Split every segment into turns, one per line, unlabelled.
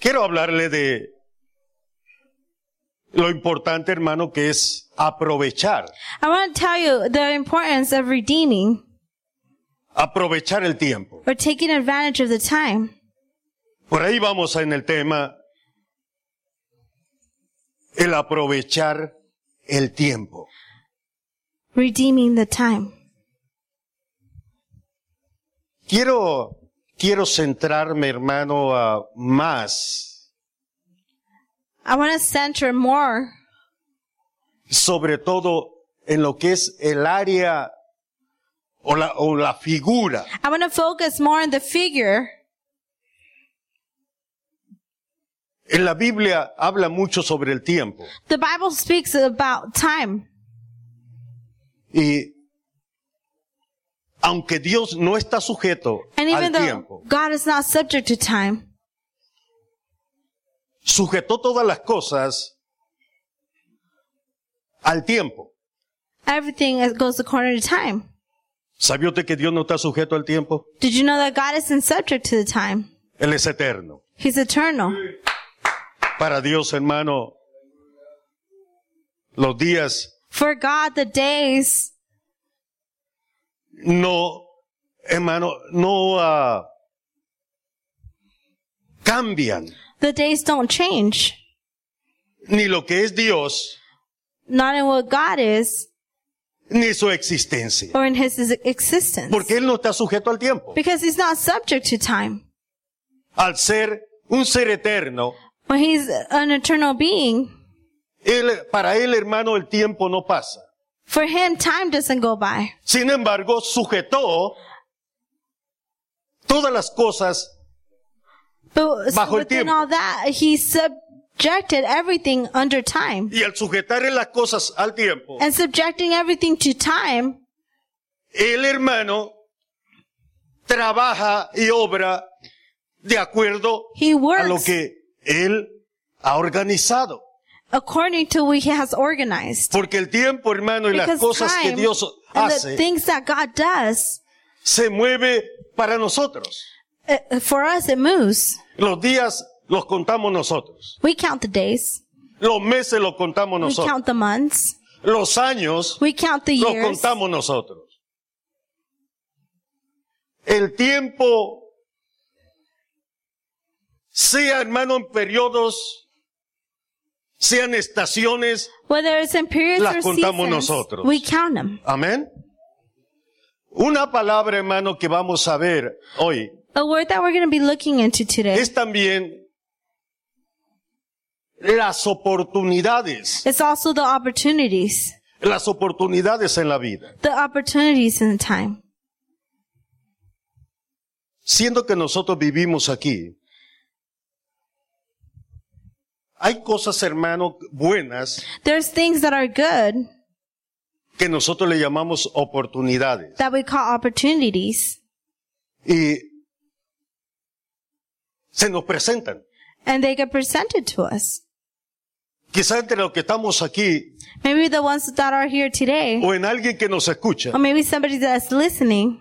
Quiero hablarle de lo importante, hermano, que es aprovechar,
I want to tell you the importance of redeeming
aprovechar el tiempo.
or taking advantage of the time.
Por ahí vamos en el tema, el aprovechar el tiempo.
Redeeming the time.
Quiero, quiero centrarme, hermano, a más,
I want to center more,
sobre todo en lo que es el área o la, o la figura
I want to focus more on the figure.
En la Biblia habla mucho sobre el tiempo
The Bible speaks about time.
y aunque Dios no está sujeto
And even
al
though
tiempo,
God is not subject to time,
sujetó todas las cosas al tiempo.
everything is- goes according to time.
¿Sabía usted que Dios no está sujeto al tiempo?
Did you know that God isn't subject to the time?
Él es eterno.
He's eternal.
Para Dios, hermano, los días
For God, the days
no, hermano, no ah, cambian.
the days don't change.
Ni lo que es Dios,
Not in what God is
ni su existencia.
or in his ex- existence.
Porque él no está sujeto al tiempo.
Because he's not subject to time.
Al ser un ser eterno,
When he's an eternal being,
él, para él, hermano, el tiempo no pasa.
for him, time doesn't go by.
Sin embargo, sujetó todas las cosas
But
Bajo
so
el
within
tiempo.
all that, he subjected everything under time.
y al sujetar las cosas al tiempo,
And subjecting everything to time,
el hermano trabaja y obra de acuerdo
he
a lo
works
que él ha organizado.
according to what he has organized.
Porque el tiempo, hermano, y las
Because
cosas que
time
Dios
and the
hace
things that God does,
se mueve para nosotros.
uh, for us, it moves.
Los días los contamos nosotros.
We count the days.
Los meses los contamos
We
nosotros.
count the months.
Los años
We count the
los
years.
contamos nosotros. El tiempo, sea hermano en periodos, sean estaciones,
Whether it's in periods
Las
or
contamos
seasons,
nosotros.
we count them.
amén. Una palabra hermano que vamos a ver hoy
A word that we're going to be looking into today
es también las oportunidades,
is also the opportunities.
las oportunidades en la vida.
The opportunities in time.
siendo que nosotros vivimos aquí, hay cosas, hermano, buenas
There's things that are good
que nosotros le llamamos oportunidades.
that we call opportunities
Y se nos presentan.
and they get presented to us.
Quizá entre los que estamos aquí
Maybe the ones that are here today,
o en alguien que nos escucha,
or maybe somebody that's listening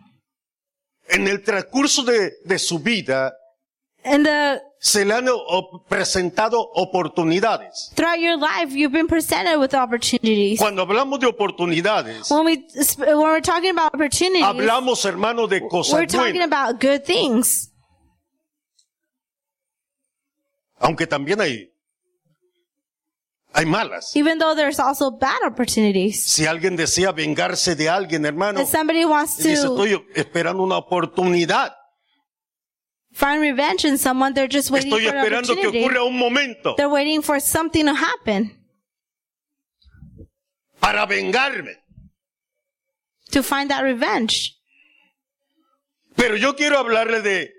en el transcurso de, de su vida
and the
se le han o- presentado oportunidades.
throughout your life, you've been presented with opportunities.
Cuando hablamos de oportunidades,
When we when we're talking about opportunities,
hablamos, hermano, de cosas
we're talking
buenas,
about good things.
aunque también hay, hay malas.
Even though there's also bad opportunities.
Si alguien desea vengarse de alguien, hermano,
If somebody wants
y dice,
to
estoy esperando una oportunidad.
find revenge in someone, they're just waiting
Estoy
for an
esperando que
opportunity.
ocurra un momento
They're waiting for something to happen
para vengarme.
to find that revenge.
Pero yo quiero hablarle de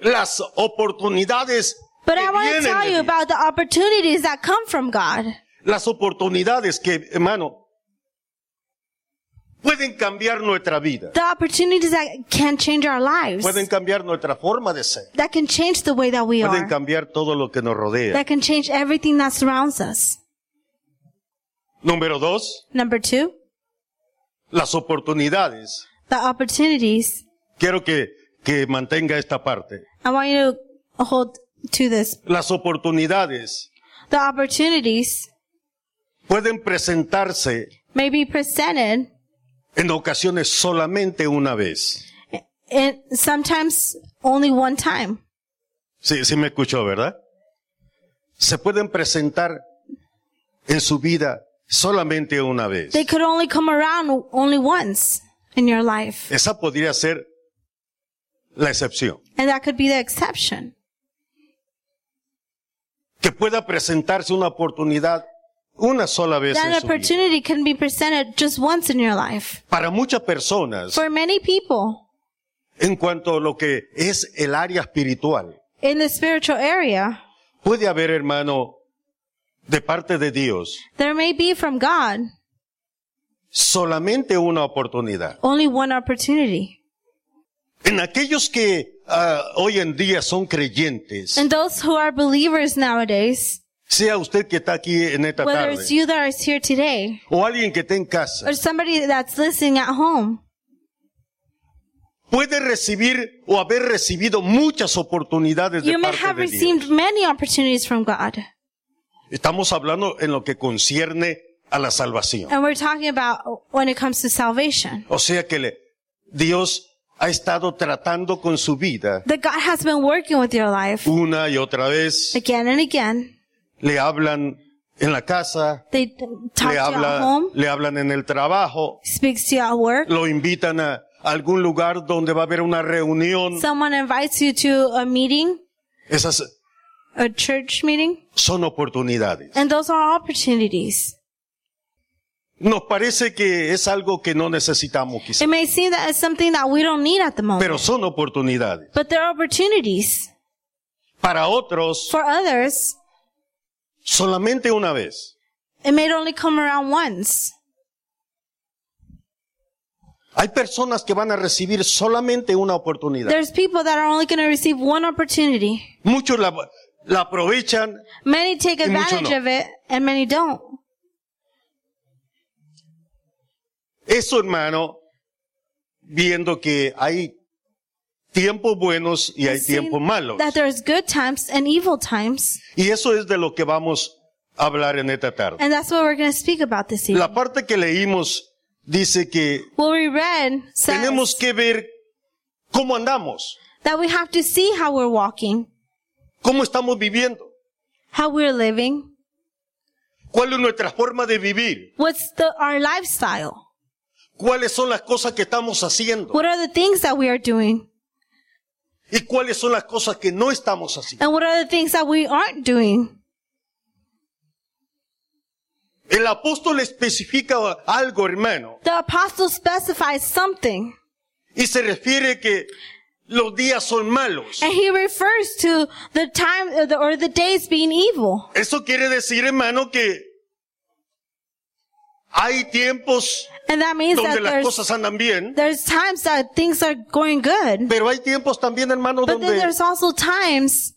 las oportunidades
But
que
I want to
vienen
tell
de
you
Dios.
about the opportunities that come from God.
Las oportunidades que, hermano, pueden cambiar nuestra vida,
The opportunities that can change our lives.
pueden cambiar nuestra forma de ser,
That can change the way that we
pueden
are.
cambiar todo lo que nos rodea.
That can change everything that surrounds us.
Número dos,
Number two,
las oportunidades.
the opportunities.
Quiero que, que mantenga esta parte.
I want you to hold to this.
Las oportunidades
The opportunities
pueden presentarse
may be presented
en ocasiones solamente una vez.
and sometimes only one time.
Sí, sí me escuchó, ¿verdad? Se pueden presentar en su vida solamente una vez.
They could only come around only once in your life.
Esa podría ser la excepción.
And that could be the exception.
Que pueda presentarse una oportunidad una sola vez en
That
su vida.
opportunity can be presented just once in your life.
Para muchas personas,
For many people
en cuanto a lo que es el área espiritual,
in the spiritual area,
puede haber, hermano, de parte de Dios,
there may be from God
solamente una oportunidad.
only one opportunity.
En aquellos que ah, hoy en día son creyentes,
And those who are believers nowadays,
sea usted que está aquí en esta
whether it's
tarde,
you that is here today
o alguien que está en casa,
or somebody that's listening at home,
puede recibir o haber recibido muchas oportunidades de
you may
parte
have
de Dios.
received many opportunities from God.
Estamos hablando en lo que concierne a la salvación.
And we're talking about when it comes to salvation.
O sea que le- Dios ha estado tratando con su vida
That God has been working with your life
una y otra vez.
again and again.
Le hablan en la casa,
They talk to
le,
you at
habla,
home,
le hablan en el trabajo,
speaks to you at work.
lo invitan a algún lugar donde va a haber una reunión.
Someone invites you to a meeting,
Esas
a church meeting,
son oportunidades.
and those are opportunities.
Nos parece que es algo que no necesitamos quizás,
It may seem that it's something that we don't need at the moment,
pero son oportunidades.
but there are opportunities
Para otros,
for others.
solamente una vez.
It may only come around once.
Hay personas que van a recibir solamente una oportunidad.
There's people that are only going to receive one opportunity.
Muchos la, la aprovechan
Many take
Y mucho
advantage
no.
of it, and many don't.
Eso, hermano, viendo que hay tiempos buenos y hay
We've seen
tiempos malos.
That there's good times and evil times.
Y eso es de lo que vamos a hablar en esta tarde.
And that's what we're going to speak about this evening.
La parte que leímos dice que
what we read
tenemos
says
que ver cómo andamos,
that we have to see how we're walking,
cómo estamos viviendo,
how we're living,
cuál es nuestra forma de vivir,
what's the, our lifestyle,
cuáles son las cosas que estamos haciendo
what are the things that we are doing,
y cuáles son las cosas que no estamos haciendo.
and what are the things that we aren't doing.
El apóstol especifica algo, hermano,
The apostle specifies something,
y se refiere que los días son malos.
and he refers to the time or the, or the days being evil.
Eso quiere decir, hermano, que hay tiempos
And that means
donde
that
las
there's,
cosas andan bien,
there's times that things are going good,
pero hay tiempos también, hermano,
but then
donde
there's also times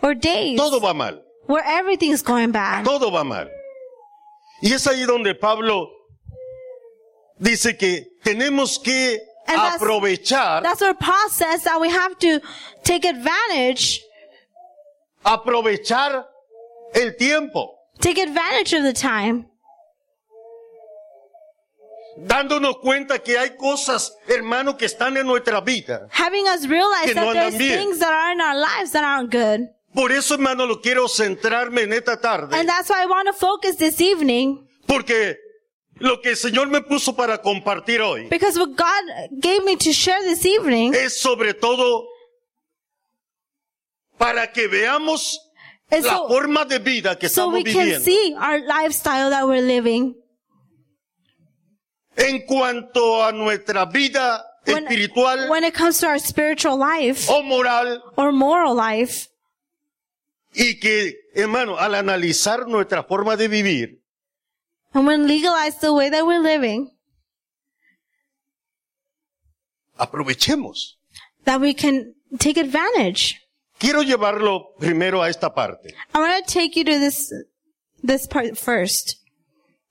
or days
todo va mal,
where everything's going bad.
todo va mal. Y es ahí donde Pablo dice que tenemos que
And that's-
aprovechar,
That's where Paul says that we have to take advantage,
aprovechar el tiempo,
take advantage of the time,
dándonos cuenta que hay cosas, hermano, que están en nuestra vida.
having us realize
Que
that
no
there's
andan bien.
things that are in our lives that aren't good.
Por eso, hermano, lo quiero centrarme en esta tarde.
And that's why I want to focus this evening
Porque lo que el Señor me puso para compartir hoy
because what God gave me to share this evening
es sobre todo para que veamos
is
la
so,
forma de vida que
so
estamos
we can
viviendo
see our lifestyle that we're living
en cuanto a nuestra vida
When-
espiritual
when it comes to our spiritual life
o moral
or moral life.
y que, hermano, al analizar nuestra forma de vivir,
And when legalized the way that we're living,
aprovechemos.
that we can take advantage.
Quiero llevarlo primero a esta parte,
I want to take you to this this part first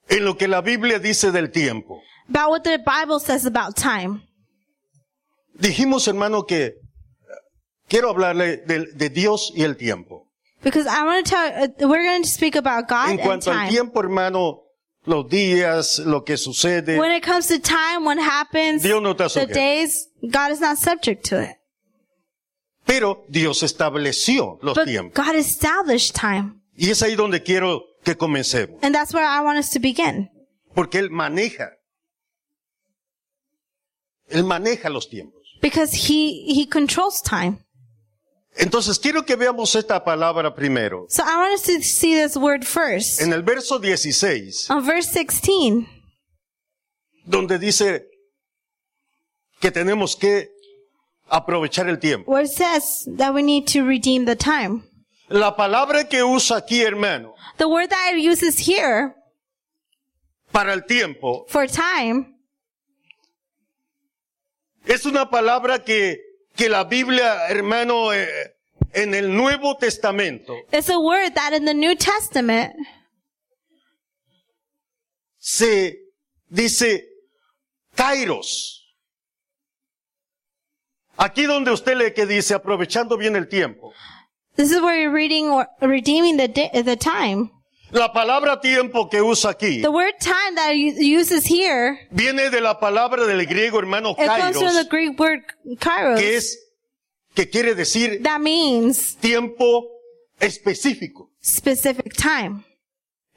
en lo que la Biblia dice del tiempo.
about what the Bible says about time.
Dijimos, hermano, que eh, Quiero hablarle de, de Dios y el tiempo.
Because I want to tell, uh, we're going to speak about
En
God and
cuanto al
time.
tiempo, hermano, los días, lo que sucede,
When it comes to time, what happens,
Dios no está
the
sujeto.
days, God is not subject to it.
Pero Dios estableció los
But
tiempos.
God established time.
Y es ahí donde quiero que comencemos.
And that's where I want us to begin.
Porque Él maneja. Él maneja los tiempos.
Because He, He controls time.
Entonces quiero que veamos esta palabra primero.
So I want us to see this word first.
En el verso 16,
On verse 16,
donde dice que tenemos que aprovechar el tiempo.
where it says that we need to redeem the time.
La palabra que usa aquí, hermano,
The word that it uses here
para el tiempo,
for time
es una palabra que, que la Biblia, hermano, eh, en el Nuevo Testamento
is a word that in the New Testament
se dice kairos. Aquí donde usted le que dice aprovechando bien el tiempo.
This is where you're reading or redeeming the day, the time.
La palabra tiempo que usa aquí
The word time that it u- uses here,
viene de la palabra del griego hermano
it comes from the
kairos,
Greek word kairos.
que es que quiere decir
that means
tiempo específico.
specific time.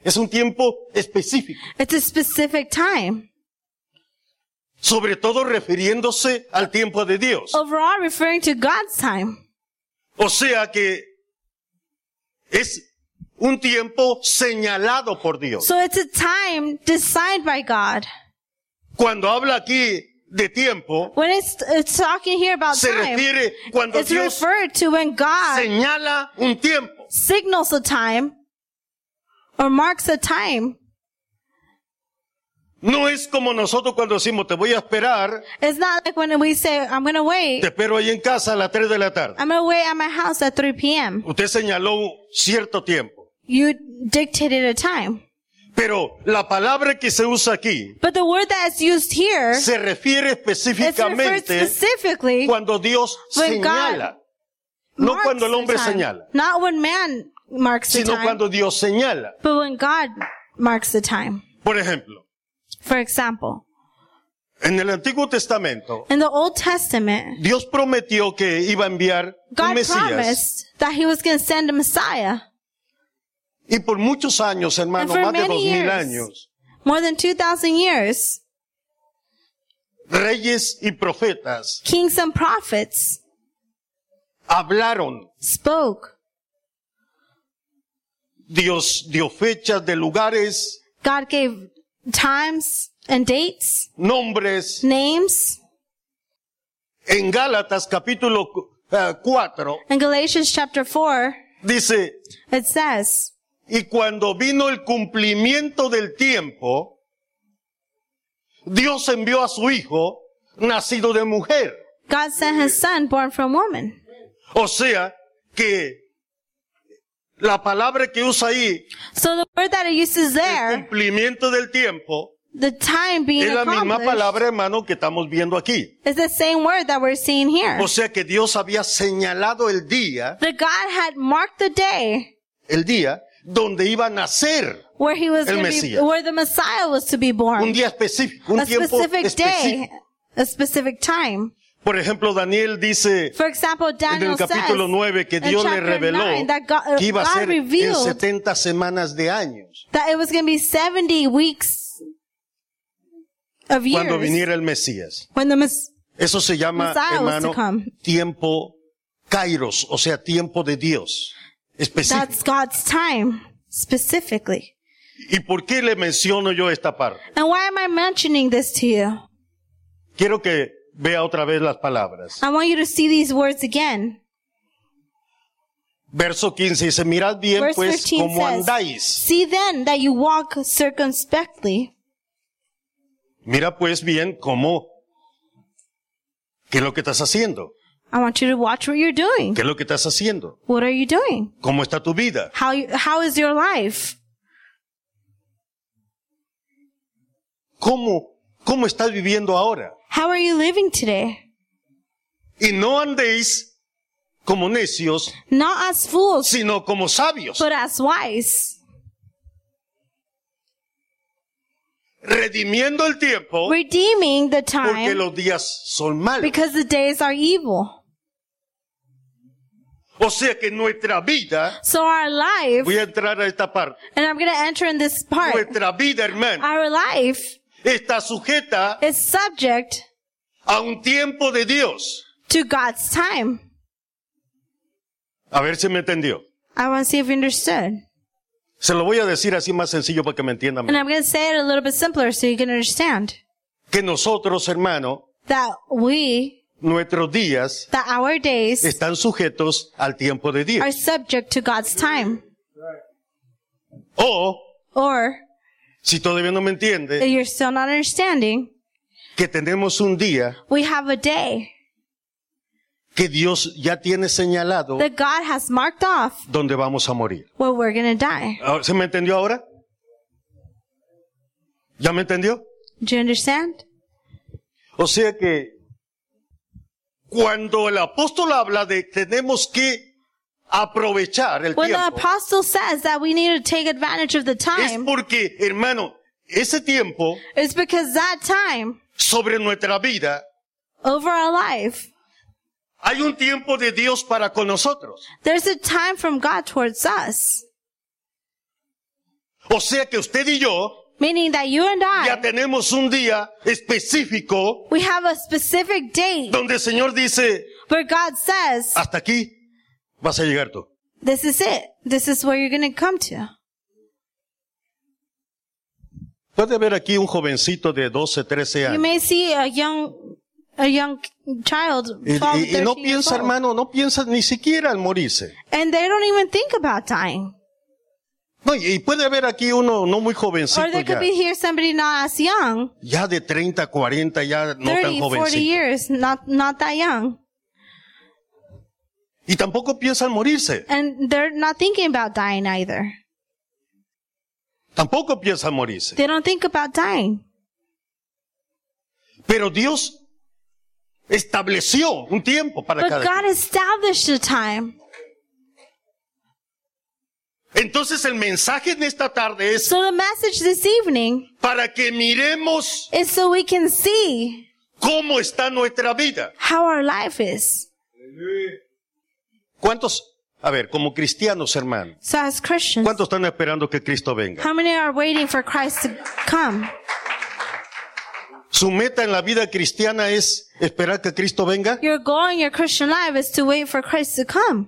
Es un tiempo específico,
It's a specific time.
sobre todo refiriéndose al tiempo de Dios.
Overall, referring to God's time.
O sea que es un tiempo señalado por Dios.
So it's a time designed by God.
Cuando habla aquí de tiempo,
When it's, it's talking here about
se
time,
refiere cuando
it's
Dios
referred to when God
señala un tiempo.
signals a time or marks a time.
No es como nosotros cuando decimos, te voy a esperar,
It's not like when we say, I'm going to wait.
te espero ahí en casa a las 3 de la tarde.
I'm away at my house at 3 p.m.
Usted señaló un cierto tiempo.
You dictated a time.
Pero la palabra que se usa aquí
But the word that is used here is
se refiere
referred
específicamente
specifically
cuando Dios
When God
señala. No
marks
cuando el
the
hombre
time.
señala,
Not when man marks the
sino
time,
cuando Dios señala.
but when God marks the time.
Por ejemplo,
For example,
en el Antiguo Testamento,
in the Old Testament,
Dios prometió que iba a enviar un
God
Mesías.
promised that he was going to send a Messiah.
Y por muchos años, hermano,
And for
más de
many
dos mil
years.
años,
More than 2,000 years,
reyes y profetas
kings and prophets
hablaron.
spoke.
Dios dio fechas de lugares,
God gave times and dates,
nombres.
names.
En Gálatas capítulo eh, 4
In Galatians chapter 4,
dice,
it says,
y cuando vino el cumplimiento del tiempo, Dios envió a su hijo nacido de mujer.
God sent his son born from woman.
O sea que la palabra que usa ahí,
So the word that it uses
el
there,
cumplimiento del tiempo,
the time being
Es la misma
accomplished,
palabra, hermano, que estamos viendo aquí.
is the same word that we're seeing here.
O sea que Dios había señalado el día,
The God had marked the day
el día donde iba a nacer
where he was
El
going to be,
Mesías.
where the Messiah was to be born.
un día específico, un
Ah. A
tiempo
specific day,
específico.
a specific time.
Por ejemplo, Daniel dice
For example,
en
Daniel
el
says
capítulo 9 que
in
Dios le
chapter
reveló
9 that God, uh,
que iba a
God
ser en
revealed
70 semanas de años
that it was going to be 70 weeks of years
cuando viniera el Mesías.
when the Messiah
Eso se llama,
Messiah was
hermano,
to come.
tiempo kairos, o sea, tiempo de Dios específico.
That's God's time, specifically.
¿Y por qué le menciono yo esta parte?
And why am I mentioning this to you?
Quiero que vea otra vez las palabras.
I want you to see these words again.
Verso 15 dice, mirad bien
Verse
pues
15
cómo
says,
andáis.
See then that you walk circumspectly.
Mira pues bien cómo, qué es lo que estás haciendo,
I want you to watch what you're doing.
qué es lo que estás haciendo,
What are you doing?
cómo está tu vida.
How, you, how is your life?
¿Cómo, cómo estás viviendo ahora?
How are you living today?
Y no andéis como necios,
not as fools,
sino como sabios,
but as wise,
redimiendo el tiempo
redeeming the
Oh. porque
time
los días son malos.
because the days are evil.
O sea que nuestra vida,
So our life,
voy a entrar a esta parte,
and I'm going to enter in this part,
nuestra vida, hermano,
our life
está sujeta
is subject
a un tiempo de Dios.
to God's time.
A ver si me entendió.
I want to see if you understood.
Se lo voy a decir así más sencillo para que me entiendan.
And I'm going to say it a little bit simpler so you can understand
Que nosotros, hermano,
that we,
nuestros días
that our days
están sujetos al tiempo de
are
Dios.
subject to God's time.
O,
Or,
si todavía no me
if
entiende,
you're still not understanding,
que tenemos un día
we have a day
que Dios ya tiene señalado
that God has marked off
donde vamos a morir.
where we're going to die.
Ah, ¿Se me entendió ahora? ¿Ya me entendió?
Do you understand?
O sea que cuando el apóstol habla de tenemos que aprovechar el
When the
tiempo,
apostle says that we need to take advantage of the
es
time,
porque, hermano, ese tiempo
it's because that time
sobre nuestra vida,
over our life,
hay un tiempo de Dios para con nosotros.
there's a time from God towards us.
O sea que usted y yo
Meaning that you and
ya
I,
tenemos un día específico
we have a specific date
donde el Señor dice,
where God says,
hasta aquí vas a llegar tú.
this is it. This is where you're going to come to.
Puede haber aquí un jovencito de 12, 13
You
años.
may see a young, a young child,
Y,
12,
y- y no
13 years
piensa,
old,
hermano, no piensa ni siquiera al morirse.
and they don't even think about dying.
No, y, y puede haber aquí uno no muy jovencito
Or
ya,
there could be here somebody not as young,
ya de 30, 40, ya no tan
30, 40
jovencito.
years, not, not that young.
Y tampoco piensa al morirse.
And they're not thinking about dying either.
Tampoco piensa al morirse.
They don't think about dying.
Pero Dios estableció un tiempo para
But
cada
God
quien.
established a time.
Entonces el mensaje en esta tarde es
So the message this evening
para que miremos
is so we can see
cómo está nuestra vida.
how our life is.
¿Cuántos? A ver, como cristianos, hermano.
So as Christians,
¿Cuántos están esperando que Cristo venga?
How many are waiting for Christ to come?
Su meta en la vida cristiana es esperar que Cristo venga.
Your goal in your Christian life is to wait for Christ to come.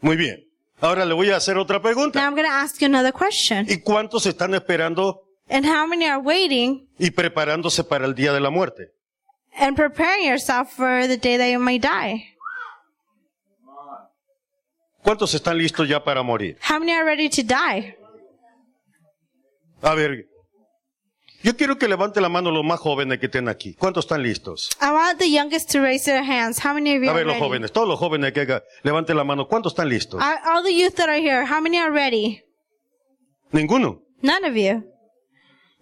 Muy bien. Ahora le voy a hacer otra
Now
pregunta.
I'm going to ask you another question.
¿Y cuántos están esperando
And how many are waiting
y preparándose para el día de la muerte?
and preparing yourself for the day that you may die?
¿Cuántos están listos ya para morir?
How many are ready to die?
A ver, yo quiero que levante la mano los más jóvenes que estén aquí. ¿Cuántos están listos?
I want the youngest to raise their hands. How many of you
A
are
ver, los
ready?
jóvenes, todos los jóvenes que acá, levanten la mano. ¿Cuántos están listos?
I, all the youth that are here, how many are ready?
Ninguno.
None of you.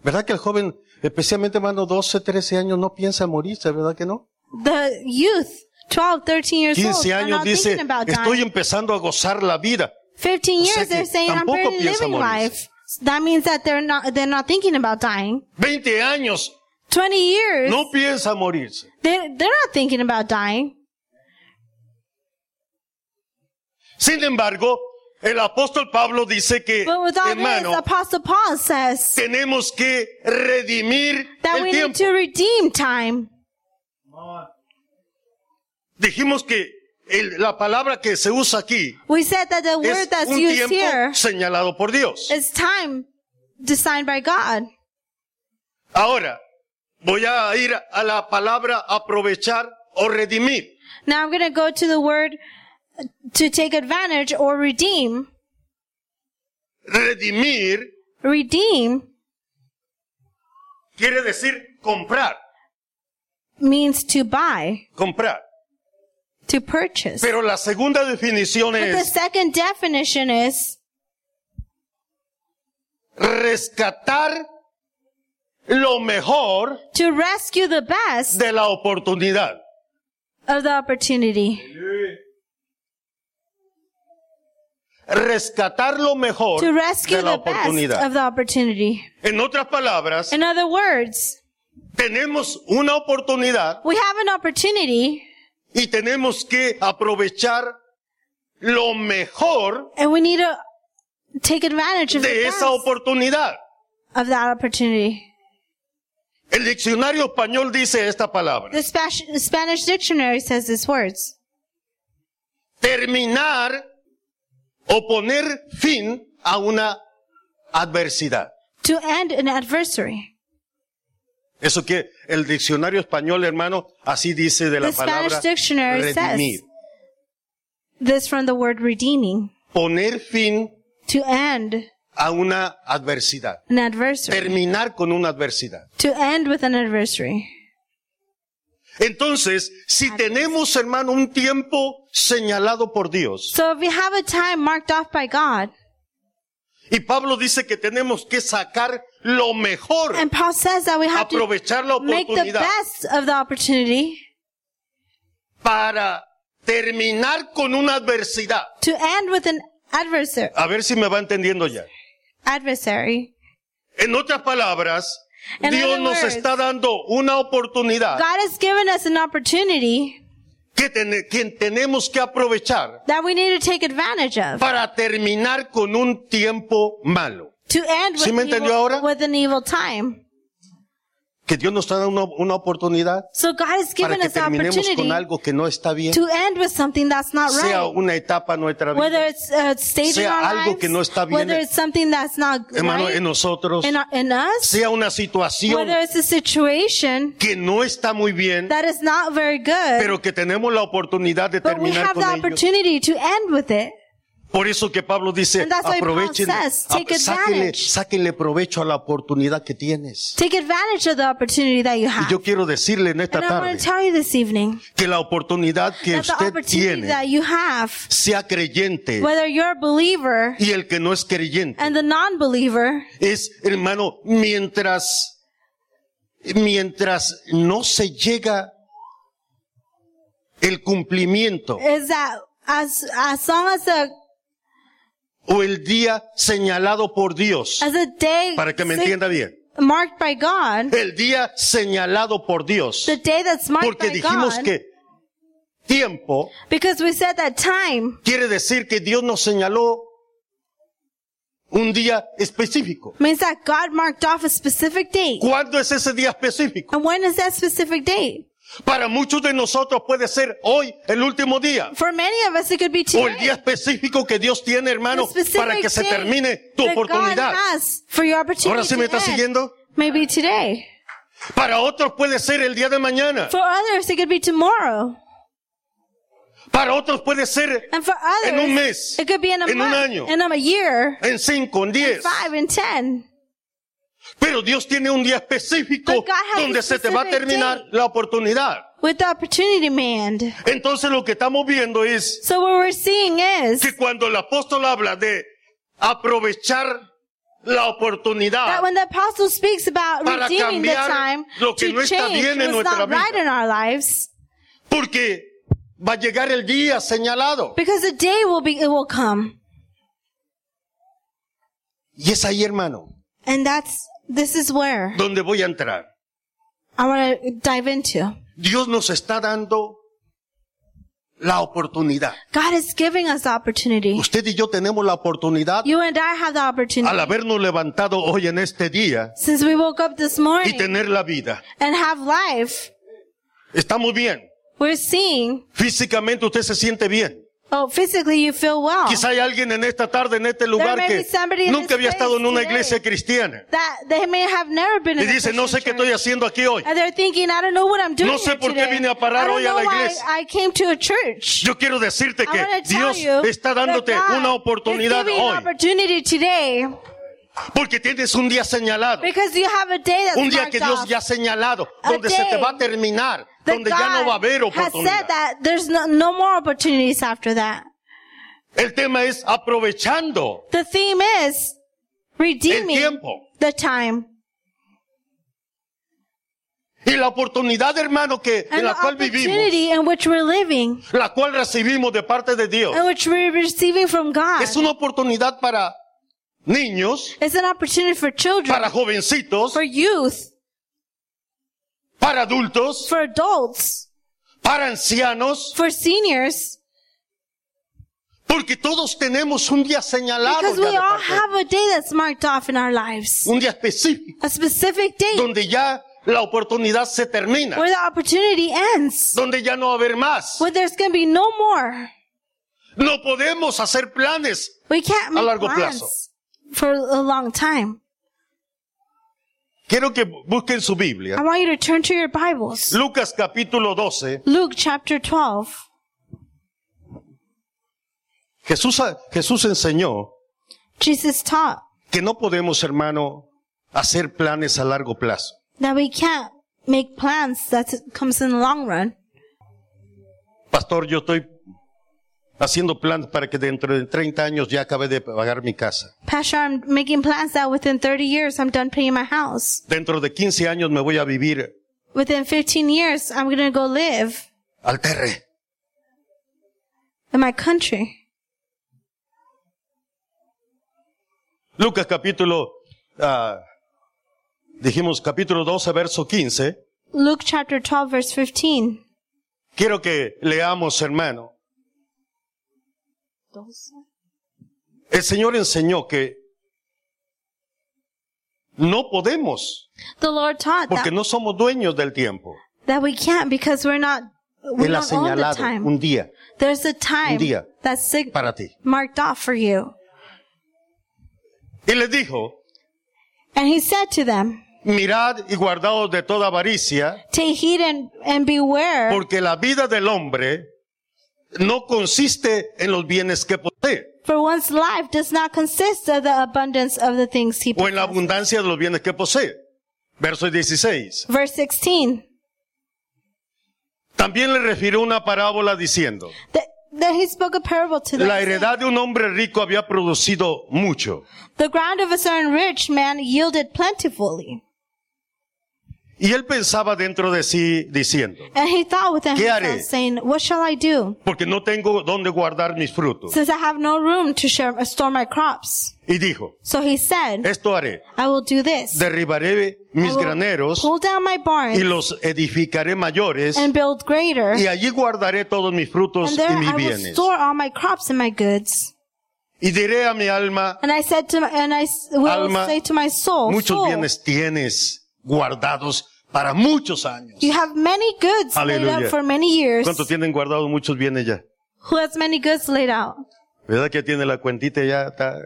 ¿Verdad que el joven, especialmente hermano, 12, 13 años, no piensa morirse, verdad que no?
The youth, 12, 13 years old,
15
are
años
not
dice,
thinking about
estoy
dying.
empezando a gozar la vida.
15
sea
years,
que
they're saying, I'm
tampoco
barely
piensa
living
morirse.
life. That means that they're not, they're not thinking about dying.
20 años,
20 years,
no piensa morirse.
they, they're not thinking about dying.
Sin embargo, el apóstol Pablo dice que,
But with all this,
hermano,
Apostle Paul says
tenemos que redimir
that
el
we need
tiempo.
to redeem time.
Dijimos que el- la palabra que se usa aquí
We said that the
es
word that's
un
used
tiempo
here
señalado por Dios.
is time designed by God.
Ahora, voy a ir a la palabra aprovechar o redimir.
Now I'm going to go to the word to take advantage or redeem.
Redimir
Redeem
quiere decir comprar,
means to buy,
comprar.
to purchase.
Pero la segunda definición
but the
es
second definition is
rescatar lo mejor
to rescue the best
de la oportunidad.
of the opportunity.
rescatar lo mejor
to rescue
de la
the best
oportunidad.
of the opportunity.
En otras palabras,
In other words,
tenemos una oportunidad
we have an opportunity
y tenemos que aprovechar lo mejor
and we need to take advantage of, the
de
best
esa oportunidad.
of that opportunity.
El diccionario español dice esta palabra.
The Spash- Spanish dictionary says these words.
Terminar o poner fin a una adversidad.
To end an adversary.
Eso que el diccionario español, hermano, así dice de la
The Spanish
palabra
dictionary
redimir.
says this from the word redeeming.
Poner fin
To end
a una adversidad.
an adversary.
Terminar con una adversidad.
To end with an adversary.
Entonces, si tenemos, hermano, un tiempo señalado por Dios,
So if we have a time marked off by God,
y Pablo dice que tenemos que sacar lo mejor,
and Paul says that we have to
aprovechar la
make the
oportunidad
best of the opportunity
para terminar con una adversidad.
to end with an adversary.
A ver si me va entendiendo ya.
adversary.
En otras palabras,
In
Dios
other
nos
words,
está dando una oportunidad
God has given us an opportunity
que, ten- que tenemos que aprovechar
that we need to take advantage of
para terminar con un tiempo malo.
to end with,
¿Sí me
an
entendió
evil-
ahora?
with an evil time.
Que Dios nos está dando una, una oportunidad
So God has
para
given
que
us an
terminemos
opportunity
con algo que no está bien,
to end with something that's not
sea
right.
una etapa en nuestra vida,
Whether it's a stage in
sea
our
algo
lives,
que no está bien,
whether it's something that's not
hermano,
right
en nosotros,
in, our- in us,
sea una situación
whether it's a situation
que no está muy bien,
that is not very good,
pero que tenemos la oportunidad de
but we
terminar
have the
con ello.
opportunity to end with it.
Por eso que Pablo dice,
And that's why Paul
aprovechen,
says,
ap-
take
sáquenle,
advantage.
sáquenle provecho a la oportunidad que tienes.
Take advantage of the opportunity that you
Y
have.
yo quiero decirle en esta
Ah. And I
tarde
want to tell you this evening
que la oportunidad que
that the
usted
opportunity
tiene,
that you have,
sea creyente
whether you're a believer
y el que no es creyente,
and the non-believer,
es, hermano, mientras, mientras no se llega el cumplimiento
is that as as long as the
o el día señalado por Dios,
as a day
para que me
sig-
entienda bien,
marked by God,
el día señalado por Dios,
the day that's marked
porque
by
dijimos
God,
que tiempo
because we said that time
quiere decir que Dios nos señaló un día específico.
means that God marked off a specific date.
¿Cuándo es ese día específico?
And when is that specific date?
Para muchos de nosotros puede ser hoy el último día.
For many of us, it could be
O el día
today.
específico que Dios tiene, hermano,
The specific
para que se
day
termine tu
that God
oportunidad.
has for your opportunity.
Ahora sí me
to
está
end.
siguiendo.
Maybe today.
Para otros puede ser el día de mañana.
For others, it could be tomorrow.
Para otros puede ser
And for others,
En un mes.
it could be in a
En un
month,
año.
in a year,
en cinco, en
in
diez.
five, in ten.
Pero Dios tiene un día específico
But God has a
donde se te va a
specific
terminar
day.
la oportunidad.
With the opportunity manned.
Entonces lo que estamos viendo es
So what we're seeing is
que cuando el apóstol habla de aprovechar la
that
oportunidad,
when the apostle speaks
ah.
about
Para
redeeming the
cambiar
time
lo que
to
no está
change
bien en
what's
nuestra
not right
vida.
in our lives,
porque va a llegar el día señalado.
because the day will be, it will come.
Y es ahí, hermano,
And that's, this is where
donde voy a entrar.
I want to dive into.
Dios nos está dando la oportunidad.
God is giving us the opportunity.
Usted y yo tenemos la oportunidad
You and I have the
al
opportunity.
habernos levantado hoy en este día
Since we woke up this
y
morning
tener la vida.
and have life,
Estamos bien.
we're seeing,
Físicamente usted se siente bien.
oh, physically you feel well.
Quizá hay alguien en esta tarde, en este lugar,
Ah. may
que
be somebody in
nunca
this
había estado en
place
una
today.
iglesia cristiana.
That they may have never been
Y
in a
dice, no sé qué
Christian
estoy
church.
haciendo aquí hoy.
And they're thinking, I don't know what I'm doing
No sé
here
por qué
today.
vine a parar
I don't
hoy a
know
la
why
iglesia."
I came to a church.
Yo quiero decirte
I
que
wanna tell
Dios
you
está dándote
that God
una
is
oportunidad
giving you an
hoy,
opportunity today
porque tienes un día señalado,
because you have a day that's
un día
marked
que Dios
off.
ya ha señalado,
A
donde se te
day
va a terminar,
That
donde ya no va a haber
God has said
oportunidad.
that there's no, no more opportunities after that.
El tema es aprovechando
The theme is
el
redeeming
tiempo.
the time.
Y la oportunidad, hermano, que, en
and
la
the
cual vivimos,
opportunity in which we're living,
la cual recibimos de parte de Dios,
and which we're receiving from God.
es una oportunidad para niños,
It's an opportunity for children,
para jovencitos,
for youth,
para adultos,
for adults,
para ancianos,
for seniors,
porque todos tenemos un día señalado,
because
ya
we
de
all
parte de-
have a day that's marked off in our lives.
un día específico,
A specific date
donde ya la oportunidad se termina,
where the opportunity ends,
donde ya no va a haber más.
where there's going to be no more.
No podemos hacer planes
We can't
A
make
largo plazo.
plans for a long time.
Quiero que busquen su
I
Biblia.
want you to turn to your Bibles.
Lucas capítulo 12.
Luke chapter 12.
Jesús, Jesús enseñó
Jesus taught
que no podemos, hermano, hacer planes a largo plazo.
that we can't make plans that comes in the long run.
Pastor, yo estoy haciendo planes para que dentro de 30 años ya acabe de pagar mi casa.
Pastor, I'm making plans that within 30 years I'm done paying my house.
Dentro de 15 años me voy a vivir
Within 15 years I'm going to go live
al terre.
in my country.
Lucas capítulo, ah, dijimos capítulo 12, verso 15.
Luke chapter 12 verse 15.
Quiero que leamos, hermano. El Señor enseñó que no podemos,
The Lord taught
porque
that,
no somos dueños del tiempo.
that we can't because we're not, we
Él ha
don't own the
señalado
time.
un día
There's a time
día
that's sig-
para ti.
marked off for you.
Y les dijo,
And he said to them,
mirad y guardaos de toda avaricia,
Take heed and, and beware,
porque la vida del hombre no consiste en los bienes que posee,
for one's life does not consist of the abundance of the things he
o en la
possesses."
abundancia de los bienes que posee. Verso 16.
Verse 16.
También le refirió una parábola diciendo,
Th- Then he spoke a parable to them.
La
saying,
heredad de un hombre rico había producido mucho.
The ground of a certain rich man yielded plentifully.
Y él pensaba dentro de sí diciendo,
And he thought within
¿Qué haré?
himself, saying, What shall I do?
porque no tengo dónde guardar mis frutos.
Since I have no room to share, uh, store my crops.
Y dijo,
So he said,
esto haré,
I will do this.
derribaré
I
mis
will
graneros
Pull down my
y
barns
los edificaré mayores
and build greater.
y allí guardaré todos mis frutos
And
y
there
mis
I will
bienes.
store all my crops and my goods.
Y diré a mi alma,
And I said to my, and I s- will
Alma,
say to my soul,
muchos
Oh, soul,
bienes tienes guardados para muchos años.
you have many goods laid
Aleluya.
out for many years.
¿Cuántos tienen guardados muchos bienes ya?
Who has many goods laid out?
¿Verdad que tiene la cuentita ya está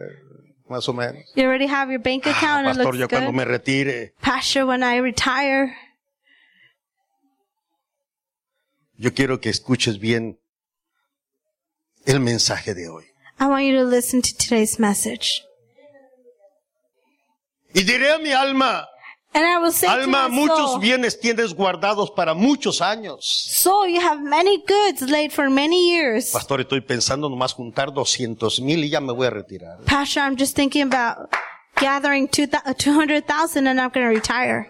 más o menos?
You already have your bank
Ah,
account. and
pastor,
it looks
ya
good.
cuando me retire,
Pastor, when I retire,
yo quiero que escuches bien el mensaje de hoy.
I want you to listen to today's message.
Y diré a mi alma,
And I will say
alma,
to my
muchos
soul,
bienes tienes guardados para muchos años.
soul, you have many goods laid for many years.
Pastor, estoy pensando nomás juntar 200 mil y ya me voy a retirar.
Pastor, I'm just thinking about gathering two thou- uh, 200,000 and I'm going to retire.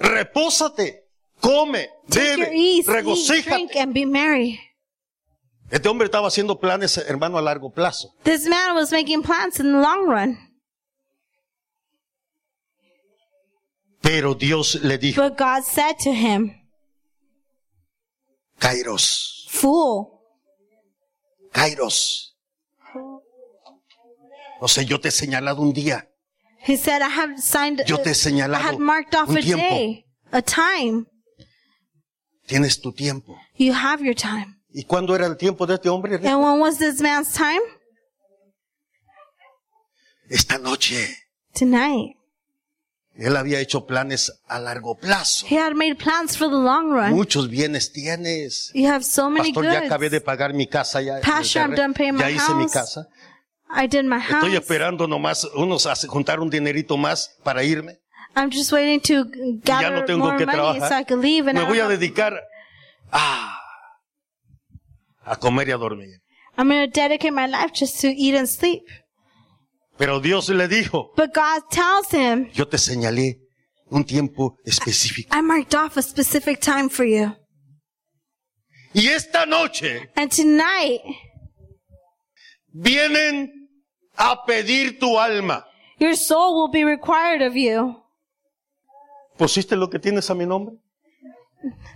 Repósate, come,
Take your
bebe,
ease, eat, drink,
regocíjate.
and be merry.
Este hombre estaba haciendo planes, hermano, a largo plazo.
This man was making plans in the long run.
Pero Dios le dijo,
But God said to him,
Kairos,
Fool,
Kairos. No sé, yo te he señalado un día.
He said, I have signed, uh,
Yo te he señalado
I had marked off
un
a
tiempo.
day, a time.
Tienes tu tiempo.
You have your time.
¿Y cuándo era el tiempo de este hombre?
And when was this man's time?
Esta noche.
Tonight.
Él había hecho planes a largo plazo.
He had made plans for the long run.
Muchos bienes tienes.
You have so many
Pastor, ya acabé de
goods.
pagar mi casa. Ya,
Pastor, I'm done paying
ya
my
hice mi
house.
casa.
I did my
Estoy
house.
esperando nomás unos a juntar un dinerito más para irme.
I'm just waiting to
Y ya
gather
no tengo
more
que
money
trabajar.
so I can leave and
Me
I
voy a
don't have-
dedicar a, a comer y a dormir.
I'm going to dedicate my life just to eat and sleep.
Pero Dios le dijo,
But God tells him,
yo te señalé un tiempo específico.
I marked off a specific time for you.
Y esta noche
And tonight,
vienen a pedir tu alma.
your soul will be required of you.
¿Pusiste lo que tienes a mi nombre?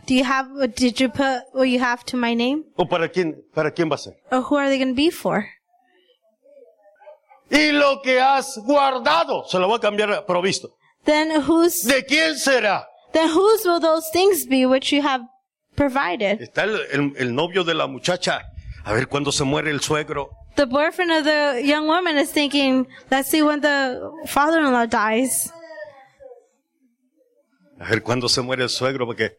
Do you have, or did you put what you have to my name?
¿O para quién, para quién va a ser?
Or who are they going to be for?
Y lo que has guardado, se lo voy a cambiar a provisto.
Then whose,
¿De quién será?
then whose will those things be which you have provided?
Está el, el- el novio de la muchacha. A ver cuándo se muere el suegro.
The boyfriend of the young woman is thinking, let's see when the father-in-law dies.
A ver cuándo se muere el suegro porque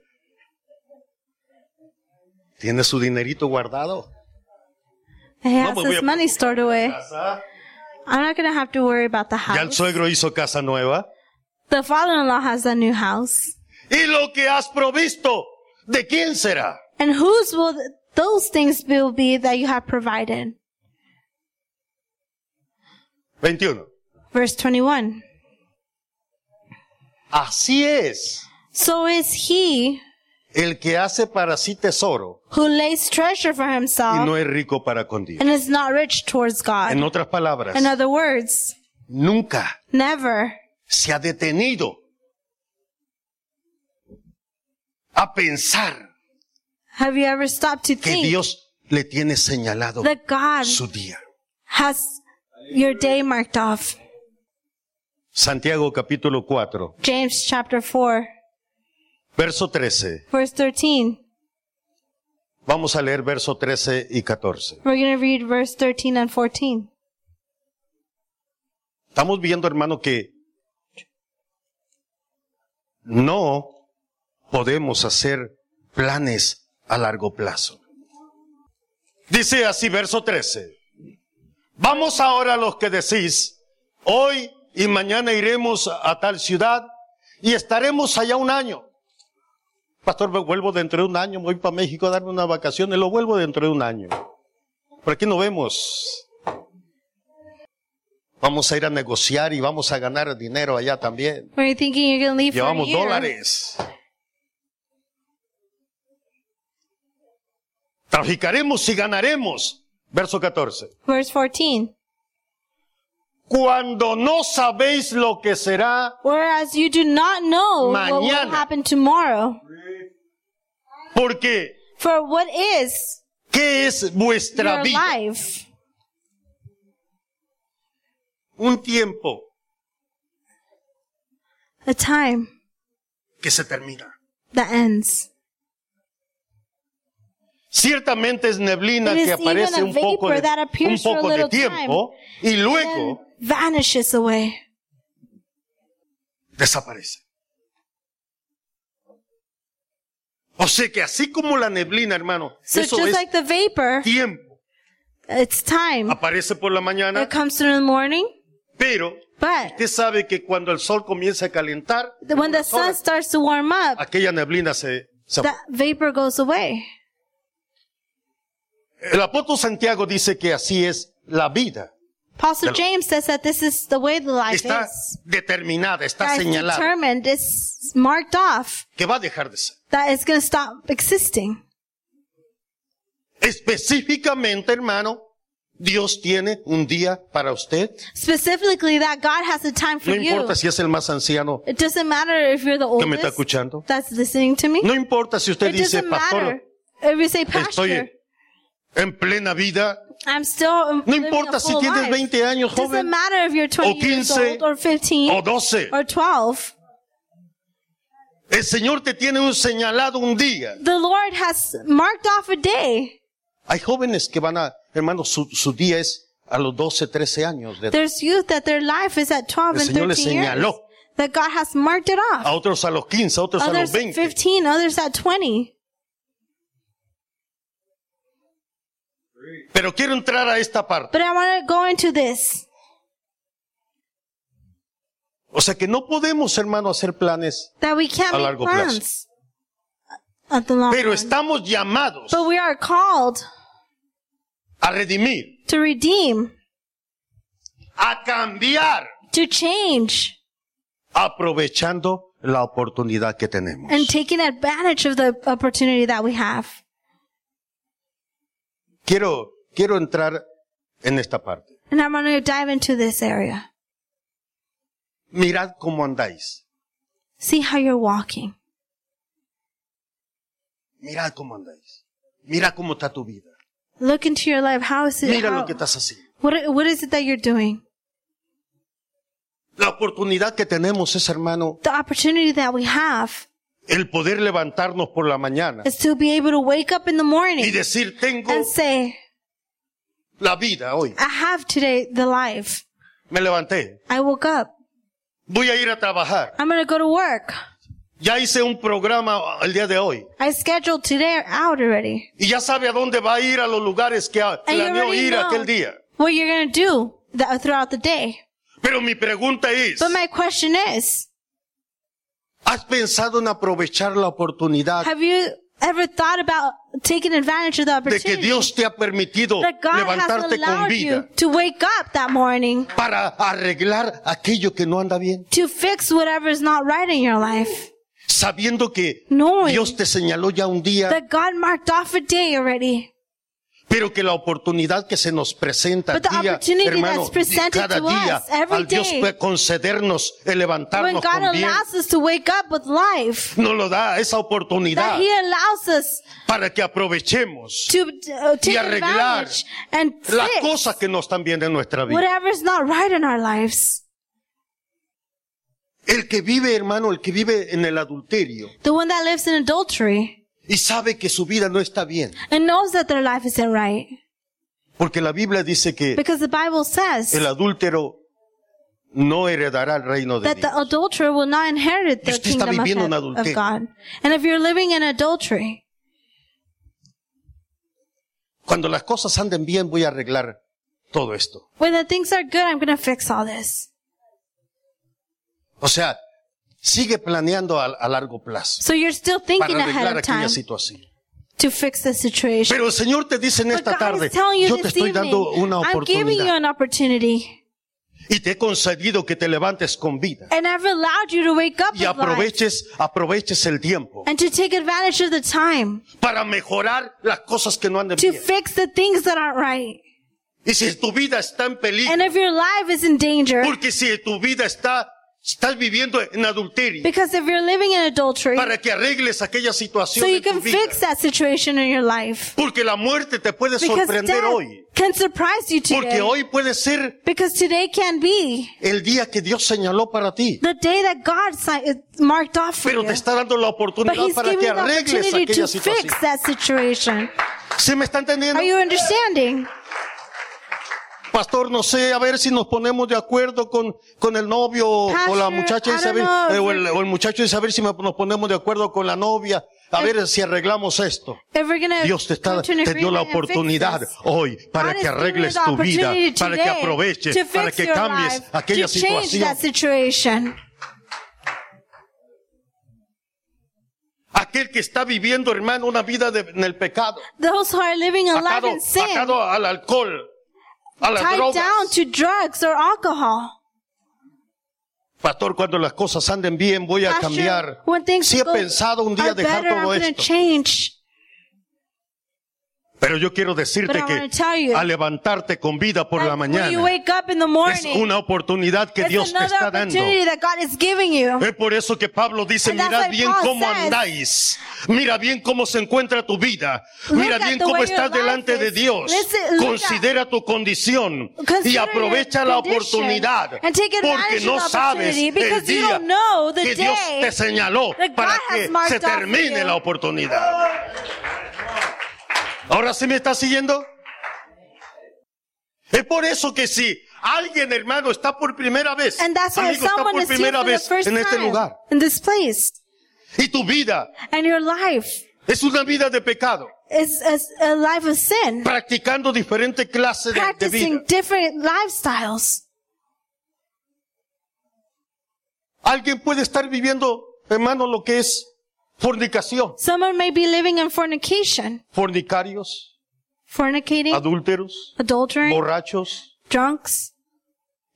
tiene su dinerito guardado.
He has
pues voy
his
a-
money stored away. I'm not going to have to worry about the
Ya el
house.
suegro hizo casa nueva.
The father-in-law has a new house.
Y lo que has provisto, ¿de quién será?
And whose will th- those things will be that you have provided?
21.
Verse 21.
Así es.
So is he
El que hace para sí tesoro
who lays treasure for
y
himself
no es rico para con Dios.
and is not rich towards
En
God.
otras palabras,
In other words,
nunca
never
se ha detenido a pensar
have you ever stopped to
que
think
Dios le tiene señalado
that God
su día.
has your day marked off.
Santiago capítulo 4,
James chapter 4,
verso 13.
verse 13.
Vamos a leer verso 13 y 14.
We're going to read verse 13 and 14.
Estamos viendo, hermano, que no podemos hacer planes a largo plazo. Dice así, verso 13. Vamos ahora a los que decís, hoy y mañana iremos a a tal ciudad y estaremos allá un año. Pastor, me vuelvo dentro de un año, me voy para México a darme unas vacaciones, lo vuelvo dentro de un año. Por aquí nos vemos. Vamos a ir a negociar y vamos a ganar dinero allá también.
Were you thinking you're going to leave for a
Llevamos
year?
dólares. Traficaremos y ganaremos. Verso 14.
Verse 14.
Cuando no sabéis lo que será,
Whereas you do not know what will
Mañana.
happen tomorrow.
porque
For what is
¿qué es vuestra
your
vida?
life?
Un tiempo
A time
que se termina.
that ends.
Ciertamente es neblina
It is
que aparece
even a
un poco de,
vapor that
un
appears for a
poco de
little time.
tiempo y
And
luego
vanishes away.
desaparece. O sea que así como la neblina, hermano,
So
eso
just
es
like Mm-hmm. the vapor,
tiempo.
it's time.
Aparece por la mañana,
It comes through in the morning,
pero
but
usted sabe que cuando el sol comienza a calentar,
the- when the
unas
sun
horas,
starts to warm up,
aquella neblina se... se-
that vapor goes away.
el apóstol Santiago dice que así es la vida.
Apostle
Del-
James says that this is the way the life
Está
is.
determinada, está
That is
señalada,
determined, it's marked off,
que va a dejar de ser.
that it's going to stop existing.
Específicamente, hermano, Dios tiene un día para usted.
Specifically, that God has a time for
No
you.
importa si es el más anciano
It doesn't matter if you're the
que me está
oldest
escuchando.
that's listening to me.
No importa si usted
it
dice,
doesn't matter.
pastor,
If you say,
estoy
Pastor,
en plena vida.
I'm still.
No
living a
importa si
full
tienes
life.
20 años,
doesn't
joven,
matter if you're 20 years
15,
old or 15
o 12.
or 12.
El Señor te tiene un señalado un día.
The Lord has marked off a day.
Hay jóvenes que van a, hermano, su, su día es a los 12, 13 años. de edad.
There's youth that their life is at 12
El
and
Señor les
13 years.
señaló.
That God has marked it
A
off.
otros a los 15, a otros a los
Others at
20.
15, others at 20.
Pero quiero entrar a esta parte.
But I want to go into this.
O sea que no podemos, hermano, hacer planes,
That we can't
A
make
largo plazo.
plans. At the long
pero
run.
estamos llamados
But we are called
a redimir,
to redeem,
a cambiar,
to change,
aprovechando la oportunidad que tenemos.
and taking advantage of the opportunity that we have.
Quiero, quiero entrar en esta parte.
And I'm going to dive into this area.
Mirad cómo andáis.
See how you're walking.
Mirad cómo andáis. Mira cómo está tu vida.
Look into your life. How is it?
Mira
How,
lo que estás haciendo.
what, i- what is it that you're doing?
La oportunidad que tenemos es, hermano,
The opportunity that we have
el poder levantarnos por la mañana
is to be able to wake up in the
y
morning
decir, tengo
and say,
la vida hoy.
I have today the life.
Me levanté.
I woke up.
Voy a ir a trabajar.
I'm going to go to work.
Ya hice un programa el día de hoy.
I scheduled today out already.
Y ya sabe a dónde va a ir a los lugares que a-
And you
planeó
already
ir aquel
know
día.
what you're going to do th- throughout the day.
Pero mi pregunta es,
But my question is,
¿has pensado en aprovechar la oportunidad
have you ever thought about taking advantage of the
Uh, de que
opportunity
Dios te ha permitido
that God has
levantarte con
allowed
vida
you to wake up that morning
para arreglar aquello que no anda bien?
to fix whatever is not right in your life?
Sabiendo que
Knowing
Dios te señaló ya un día,
that God marked off a day already.
pero que la oportunidad que se nos presenta
But the
día,
opportunity
hermano,
that's presented
cada
to
día,
us every
al Dios
day,
puede concedernos el
When
levantarnos
God
con bien,
allows us to wake up with life,
nos lo da esa
that
oportunidad
He allows us
para que aprovechemos
to uh, take
arreglar
advantage and
las
fix
cosas que no están bien en nuestra vida.
whatever's not right in our lives.
El que vive, hermano, el que vive en el adulterio
The one that lives in adultery
y sabe que su vida no está bien,
and knows that their life isn't right.
porque la Biblia dice que
Because the Bible says
el adúltero no heredará el reino de
that
Dios.
the adulterer will not inherit
Y
the
usted está
kingdom of,
viviendo en
heaven- of
adulterio.
God. And if you're living in adultery,
Cuando las cosas anden bien, voy a arreglar todo esto.
when the things are good, I'm going to fix all this.
O sea, sigue planeando a, a largo plazo
So you're still thinking
para
ahead
arreglar
of time
aquella situación.
to fix the situation.
Pero el Señor te dice en
But
esta
God
tarde,
is telling you
yo te
this
estoy dando
evening,
una
I'm giving you
oportunidad
an opportunity.
y te he concedido que te levantes con vida
And I've allowed you to wake up
y
with life
aproveches, aproveches el tiempo.
and to take advantage of the time
para mejorar las cosas que no andan
to
bien.
fix the things that aren't right.
Y si tu vida está en peligro,
And if your life is in danger,
porque si tu vida está, estás viviendo en adulterio,
because if you're living in adultery,
para que arregles aquella
so
situación
you
en tu
can
vida.
fix that situation in your life.
Porque la muerte te puede
Because
sorprender
death
hoy.
can surprise you
Porque
today.
hoy puede ser
Because today can be
el día que Dios señaló para ti.
the day that God si- is marked off for
Pero
you.
te está dando la
But
oportunidad
He's
para
giving you
que
the
arregles
opportunity
aquella
to fix
situación.
that situation.
¿Se me está entendiendo?
Are you understanding?
Pastor, no sé, a ver si nos ponemos de acuerdo con, con el novio o- o la
Pastor,
muchacha
I
y
don't
saber,
know if
eh, o, el,
we're-
o el muchacho y saber si me- nos ponemos de acuerdo con la novia, a ver si arreglamos esto.
If we're gonna
Dios te, está,
come to an
te dio la
agreement and fix
oportunidad
this.
hoy para
God
que
is giving
arregles
you the
tu vida,
opportunity
para que
today
aproveches,
to fix
para que
your
cambies
life,
aquella
to change
situación.
that situation.
Aquel que está viviendo, hermano, una vida de- en el pecado,
Those who are living a life
atado,
in sin,
atado al alcohol, a las
tied
drogas.
down to drugs or alcohol.
Pastor, cuando las cosas anden bien, voy a
Pastor,
cambiar.
when things
Si he
go-
pensado un día
are
dejar
better,
todo
I'm gonna
esto.
change.
Pero yo quiero
But
decirte
I wanna tell
que
you
al levantarte con vida por
that
la
When you
mañana
wake up in the
es
morning,
una oportunidad que
it's
Dios te
another
está dando.
opportunity that God is giving you.
Es por eso que Pablo dice,
And that's
mirad
why
bien
Paul
cómo
says,
andáis, mira bien cómo se encuentra tu vida,
Look
mira
at
bien
the
cómo
way
estás
your life
delante de
is.
Dios,
Listen, look
considera tu condición
Consider
y
your
aprovecha la
condition
oportunidad,
and take advantage
porque
of
no
the
sabes
opportunity,
el
because you
día
don't know the
que Dios
day
te señaló
that God
para
has
que
marked
se
off for
termine
you.
la oportunidad. ¿Ahora sí me estás siguiendo? Es por eso que si alguien, hermano, está por primera vez,
And that's why
amigo, está
someone
por
is here
primera
for the
vez
first
en este
time
lugar,
in this place,
y tu vida
and your life
es una vida de pecado,
is is a life of sin,
practicando diferentes clases de, de vida.
practicing different lifestyles.
Alguien puede estar viviendo, hermano, lo que es fornicación,
Someone may be living in fornication,
fornicarios,
fornicating,
adúlteros,
adultery,
borrachos,
drunks,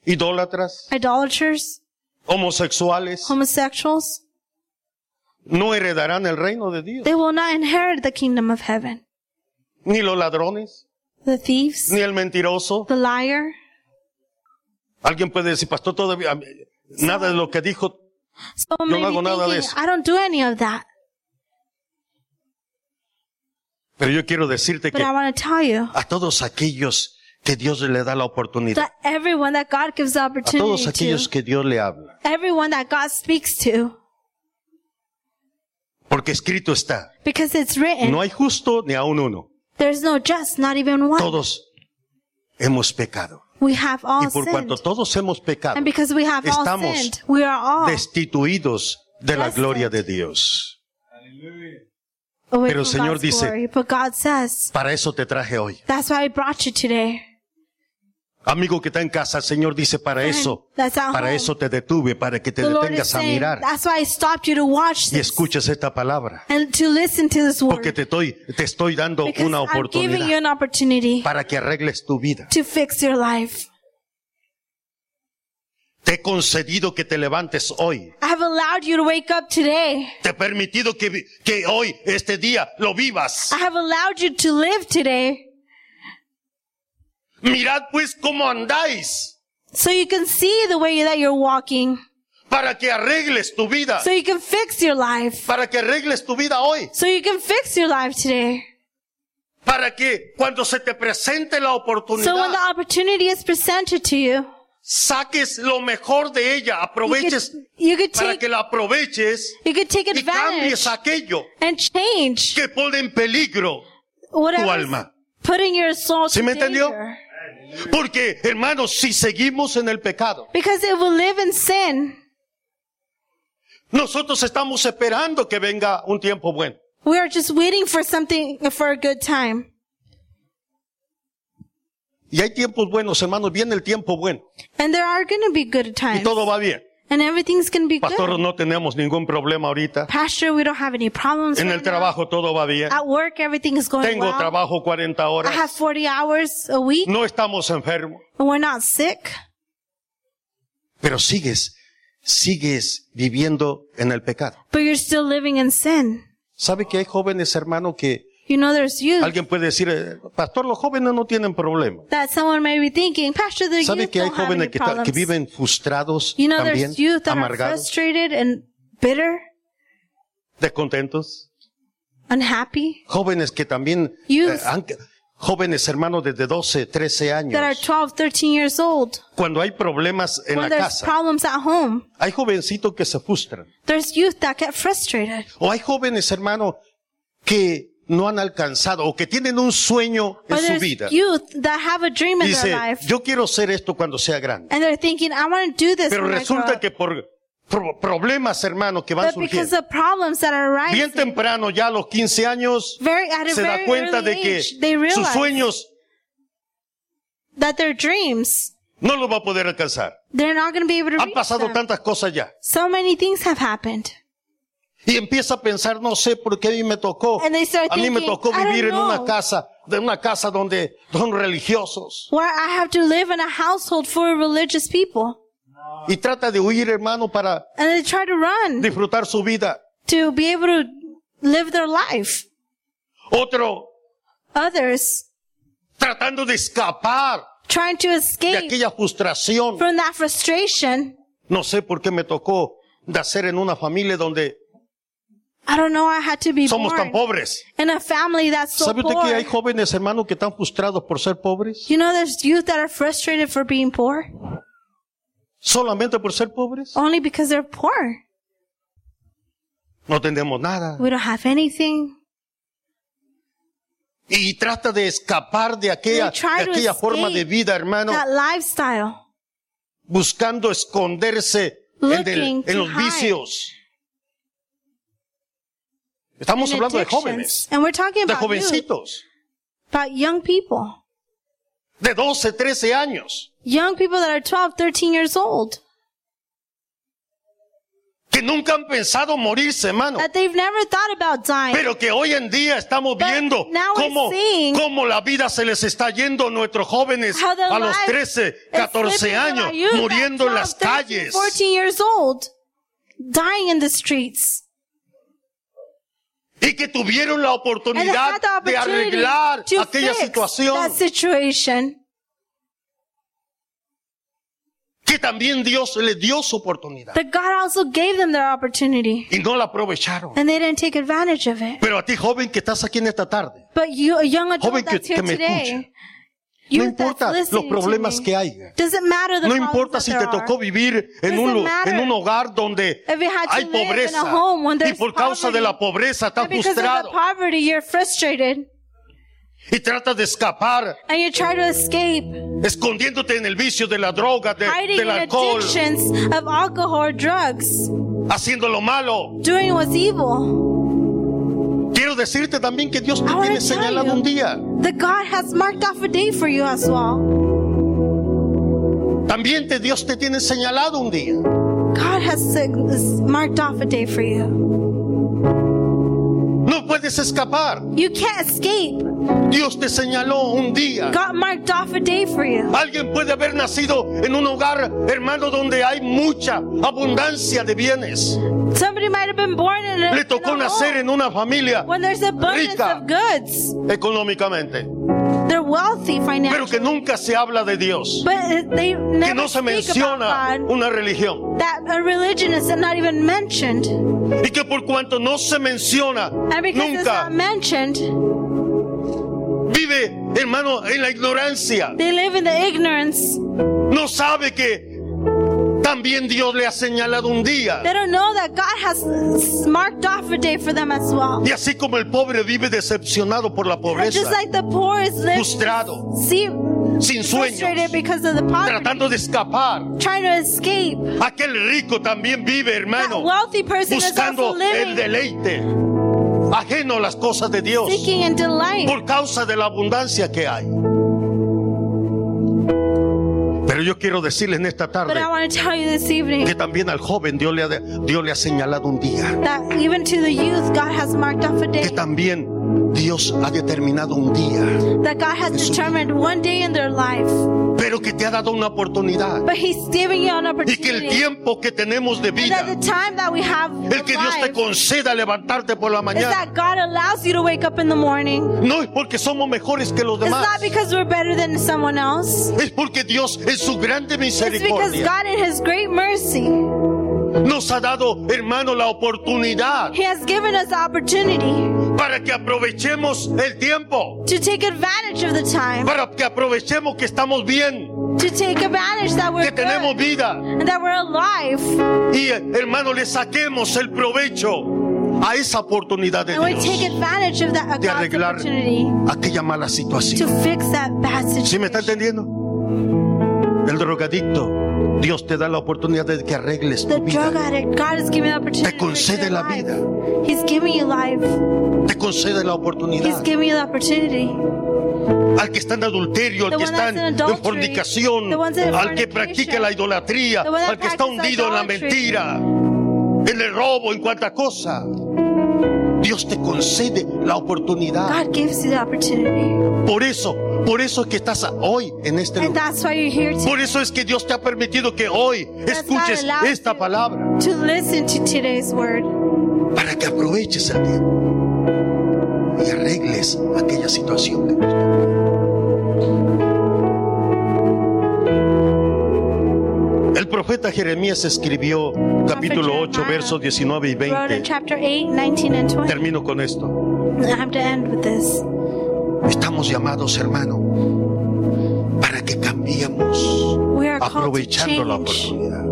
idólatras,
idolaters,
homosexuales,
homosexuals,
no heredarán el reino de Dios.
They will not inherit the kingdom of heaven.
Ni los ladrones,
The thieves,
ni el mentiroso.
the liar.
Alguien puede decir, pastor, todavía a mí, nada de lo que dijo.
So
no
maybe
hago nada de
thinking,
eso.
I don't do any of that.
Pero yo quiero decirte
But
que
I want to tell you
a todos aquellos que Dios le da la oportunidad,
that everyone that God gives the
a todos
opportunity
aquellos
to,
que Dios le habla,
everyone that God speaks to,
porque escrito está,
because it's written,
no hay justo ni aún uno.
there's Eh. no just, not even one.
Todos hemos pecado.
we have all
Y por cuanto
sinned.
todos hemos pecado,
Oh, And because we have all
estamos
sinned, we are all
destituidos de la
Yes,
gloria
Lord.
de Dios.
away
Pero el
from
Señor
God's
dice-
glory. But God says,
Para eso te traje hoy.
that's why I brought you today.
Amigo que está en casa, el Señor dice, para
Friend
eso,
that's at
para
home.
eso te detuve, para que te
The Lord is
detengas a
saying,
mirar
that's why I stopped you to watch
y
this
escuches esta palabra.
and to listen to this
Porque
word.
te estoy, te estoy dando
Because
una
I'm giving you
oportunidad
an opportunity
para que arregles tu vida.
to fix your life.
Te he concedido que te levantes hoy.
I have allowed you to wake up today.
Te he permitido que, vi- que hoy, este día, lo vivas.
I have allowed you to live today
Mirad pues cómo andáis
so you can see the way that you're walking,
para que arregles tu vida.
so you can fix your life,
Para que arregles tu vida hoy.
so you can fix your life today.
para que cuando se te presente la
So when the
oportunidad,
opportunity is presented to you,
saques lo mejor de ella,
you could,
aproveches
you could
para
take
que la aproveches
you could take
y cambies
advantage
aquello
and change
que pone en peligro.
whatever
alma.
putting your soul
¿Sí
to
me entendió?
danger.
Porque, hermanos, si seguimos en el pecado,
Because it will live in sin.
nosotros estamos esperando que venga un tiempo bueno.
We are just waiting for something for a good time.
Y hay tiempos buenos, hermanos, viene el tiempo bueno
And there are going to be good
y
times.
todo va bien.
And everything's going to be good.
Pastor, no tenemos ningún problema ahorita.
Pastor, we don't have any problems.
En
right
el
now.
trabajo todo va bien.
At work, everything is going
Tengo
well.
trabajo 40
I have
horas.
40 hours a week,
No estamos enfermos.
and we're not sick.
Pero sigues, sigues viviendo en el pecado.
But you're still living in sin.
¿Sabe que hay jóvenes, hermano, que
You know, there's youth.
alguien puede decir, eh, pastor, los jóvenes no tienen problema?
that someone may be thinking, Pastor, the
¿Sabe
youth
que hay
don't have
jóvenes
any
que, ta-
problems.
que viven frustrados
you know,
también,
there's youth that are
amargados,
frustrated and bitter,
descontentos?
unhappy,
Jóvenes que también,
Youth.
eh, han- jóvenes hermanos desde 12, 13
that are
años,
12, 13 years old.
cuando hay problemas en
when
la
there's
casa,
problems at home,
hay jovencitos que se frustran.
there's youth that get frustrated.
O hay jóvenes, hermano, que no han alcanzado o que tienen un sueño en
Or
su
there's
vida.
youth that have a dream in their
Dice,
life,
yo quiero ser esto cuando sea grande.
and they're thinking, I want to do this.
Pero
when I grow
resulta
up."
que por pro- problemas, hermanos, que van
but because
surgiendo,
the problems that are
bien
arising,
temprano, ya a los 15 años,
very at a
se da
very
cuenta
early
de que
age, they
sus
realize
sueños
that their dreams
no los va a poder alcanzar.
they're not going to be able to
Han
reach
pasado
them.
tantas cosas ya.
so many things have happened.
Y empieza a pensar, no sé por qué a mí me tocó.
And they start
A mí me
thinking,
tocó
"I don't
vivir en una
know."
casa, de una casa donde son religiosos.
Where I have to live in a household full of religious people,
Y trata de huir, hermano, para
and they try to run
disfrutar su vida.
to be able to live their life.
Otro,
Others
tratando de escapar
trying to
de
escape
aquella frustración.
from that frustration.
No sé por qué me tocó nacer en una familia donde
I don't know. I had to be
somos tan
born
pobres.
in a family that's so
¿Sabe usted que hay
poor.
jóvenes, hermano, que están frustrados por ser pobres?
You know, there's youth that are frustrated for being poor
¿Solamente por ser pobres?
only because they're poor.
No tenemos nada.
We don't have anything.
Y trata de escapar de aquella,
They try
de
to
aquella
escape
forma de vida, hermano,
That lifestyle,
buscando esconderse en, del-
Looking
en
to
los
hide.
vicios. Estamos
and
hablando de
addictions.
jóvenes,
and we're talking
de
about youth,
jovencitos,
about young people,
de 12, 13 años,
young people that are 12, 13 years old,
que nunca han pensado morirse, hermano.
that they've never thought about dying.
Pero que hoy en día estamos
But
viendo
now we're
cómo,
seeing
cómo la vida se les está yendo a nuestros jóvenes
How their
a los
life
13,
It's
14
slipping from
años,
our youth at
muriendo en
12,
las
13,
calles.
14 years old, dying in the streets.
y que tuvieron la
and they
oportunidad
had the
de
opportunity
arreglar
to
aquella
fix that
situación
situation.
que también Dios les dio su oportunidad
That God also gave them their opportunity,
y no la aprovecharon.
and they didn't take advantage of it.
Pero a ti joven que estás aquí en esta tarde,
But you, a young adult
Joven que-
that's here
que me escucha.
today,
no
youth that's
importa los
listening to
problemas
me,
que haya.
doesn't matter the
No
problems
importa
that
si
there
te
are.
tocó vivir en
Doesn't
un, lu-
matter
en un hogar donde
if you had to
hay
live in a
pobreza
home when
y
there's
por causa de la pobreza estás
And because of the
frustrado
poverty, you're frustrated,
y tratas de escapar
and you try to escape,
escondiéndote en el vicio de la droga, de-
hiding in
del alcohol,
addictions of alcohol or drugs,
haciendo lo malo.
doing what's evil.
Quiero decirte también que Dios
I
te
wanna
tiene
tell
señalado
you.
un día.
That God has marked off a day for you as well.
También te, Dios te tiene señalado un día.
God has sig- marked off a day for you.
No puedes escapar.
You can't escape.
Dios te señaló un día.
God marked off a day for you.
Alguien puede haber nacido en un hogar, hermano, donde hay mucha abundancia de bienes.
Somebody might have been born in a,
Le tocó
in a
nacer
home
en una familia
when there's abundance
rica.
of goods.
económicamente,
They're wealthy
pero
financially,
que nunca se habla de Dios,
but they
que
never
no se
speak about
menciona
God.
una religión
That a religion is not even mentioned, and
y que por cuanto no se menciona
because it's
nunca
not mentioned,
vive, hermano, en la ignorancia.
they live in the ignorance.
No sabe que también Dios le ha señalado un día.
They don't know that God has marked off a day for them as well.
Y así como el pobre vive decepcionado por la
And
pobreza,
just like the poor is living,
frustrado,
see,
sin
frustrated
sueños,
because of the poverty,
tratando de escapar.
trying to escape.
Aquel rico también vive,
That
hermano,
wealthy person is also
buscando el
living,
deleite, ajeno a las cosas de Dios.
seeking and delight.
por causa de la abundancia que hay. Pero yo quiero decirles en esta
But
tarde
I want to tell you this evening
que también al joven Dios le ha, Dios le ha señalado un día,
that even to the youth, God has marked off a day.
que también Dios ha determinado un día,
That God has determined one day in their life.
pero que te ha dado una oportunidad
But He's giving you an
y que el
opportunity.
tiempo que tenemos de
And
vida,
that the time that we have
el que Dios te
alive
conceda levantarte por la
is
mañana,
that God allows you to wake up in the morning.
no es porque somos mejores que los
It's
demás,
not because we're better than someone else.
es porque Dios en su grande
It's because
misericordia
God, in His great mercy,
nos ha dado, hermano, la oportunidad
He has given us the opportunity
para que aprovechemos el tiempo.
to take advantage of the time,
para que aprovechemos que estamos bien,
to take advantage that we're
que tenemos
good,
vida
and that we're alive,
y eh, hermano le saquemos el provecho a esa oportunidad de
and we take
Dios
advantage of that
de
God's
arreglar
opportunity
aquella mala
to
situación.
fix that bad
¿Sí me está
situation.
entendiendo? El drogadicto, Dios te da la oportunidad de que arregles
The
tu
drug
vida,
addict, God is giving the opportunity.
Te
to fix
concede
your
la
life.
vida.
He's giving you life.
te concede la
He's
oportunidad.
giving you the opportunity.
Al que está en adulterio, al
The
que
one
está
that's in
en
adultery,
fornicación,
the one's in
al que
fornication,
practica la idolatría,
the one that
al que está
practices
hundido en la
idolatry.
mentira, en el robo, en cuanta cosa. Dios te concede la oportunidad.
God gives you the opportunity.
Por eso, por eso es que estás hoy en este
And
lugar.
that's why you're here to,
Por eso es que Dios te ha permitido que hoy escuches
God allows
esta
you.
palabra
to listen to today's word.
para que aproveches el tiempo y arregles aquella situación. que Dios te dio. El profeta Jeremías escribió capítulo 8,
Jeremiah
versos 19 y
Wrote in
20.
chapter 8, 19, and 20.
Termino con esto.
I have to end with this.
Estamos llamados, hermano, para que cambiemos
We are called to
aprovechando la
change.
oportunidad.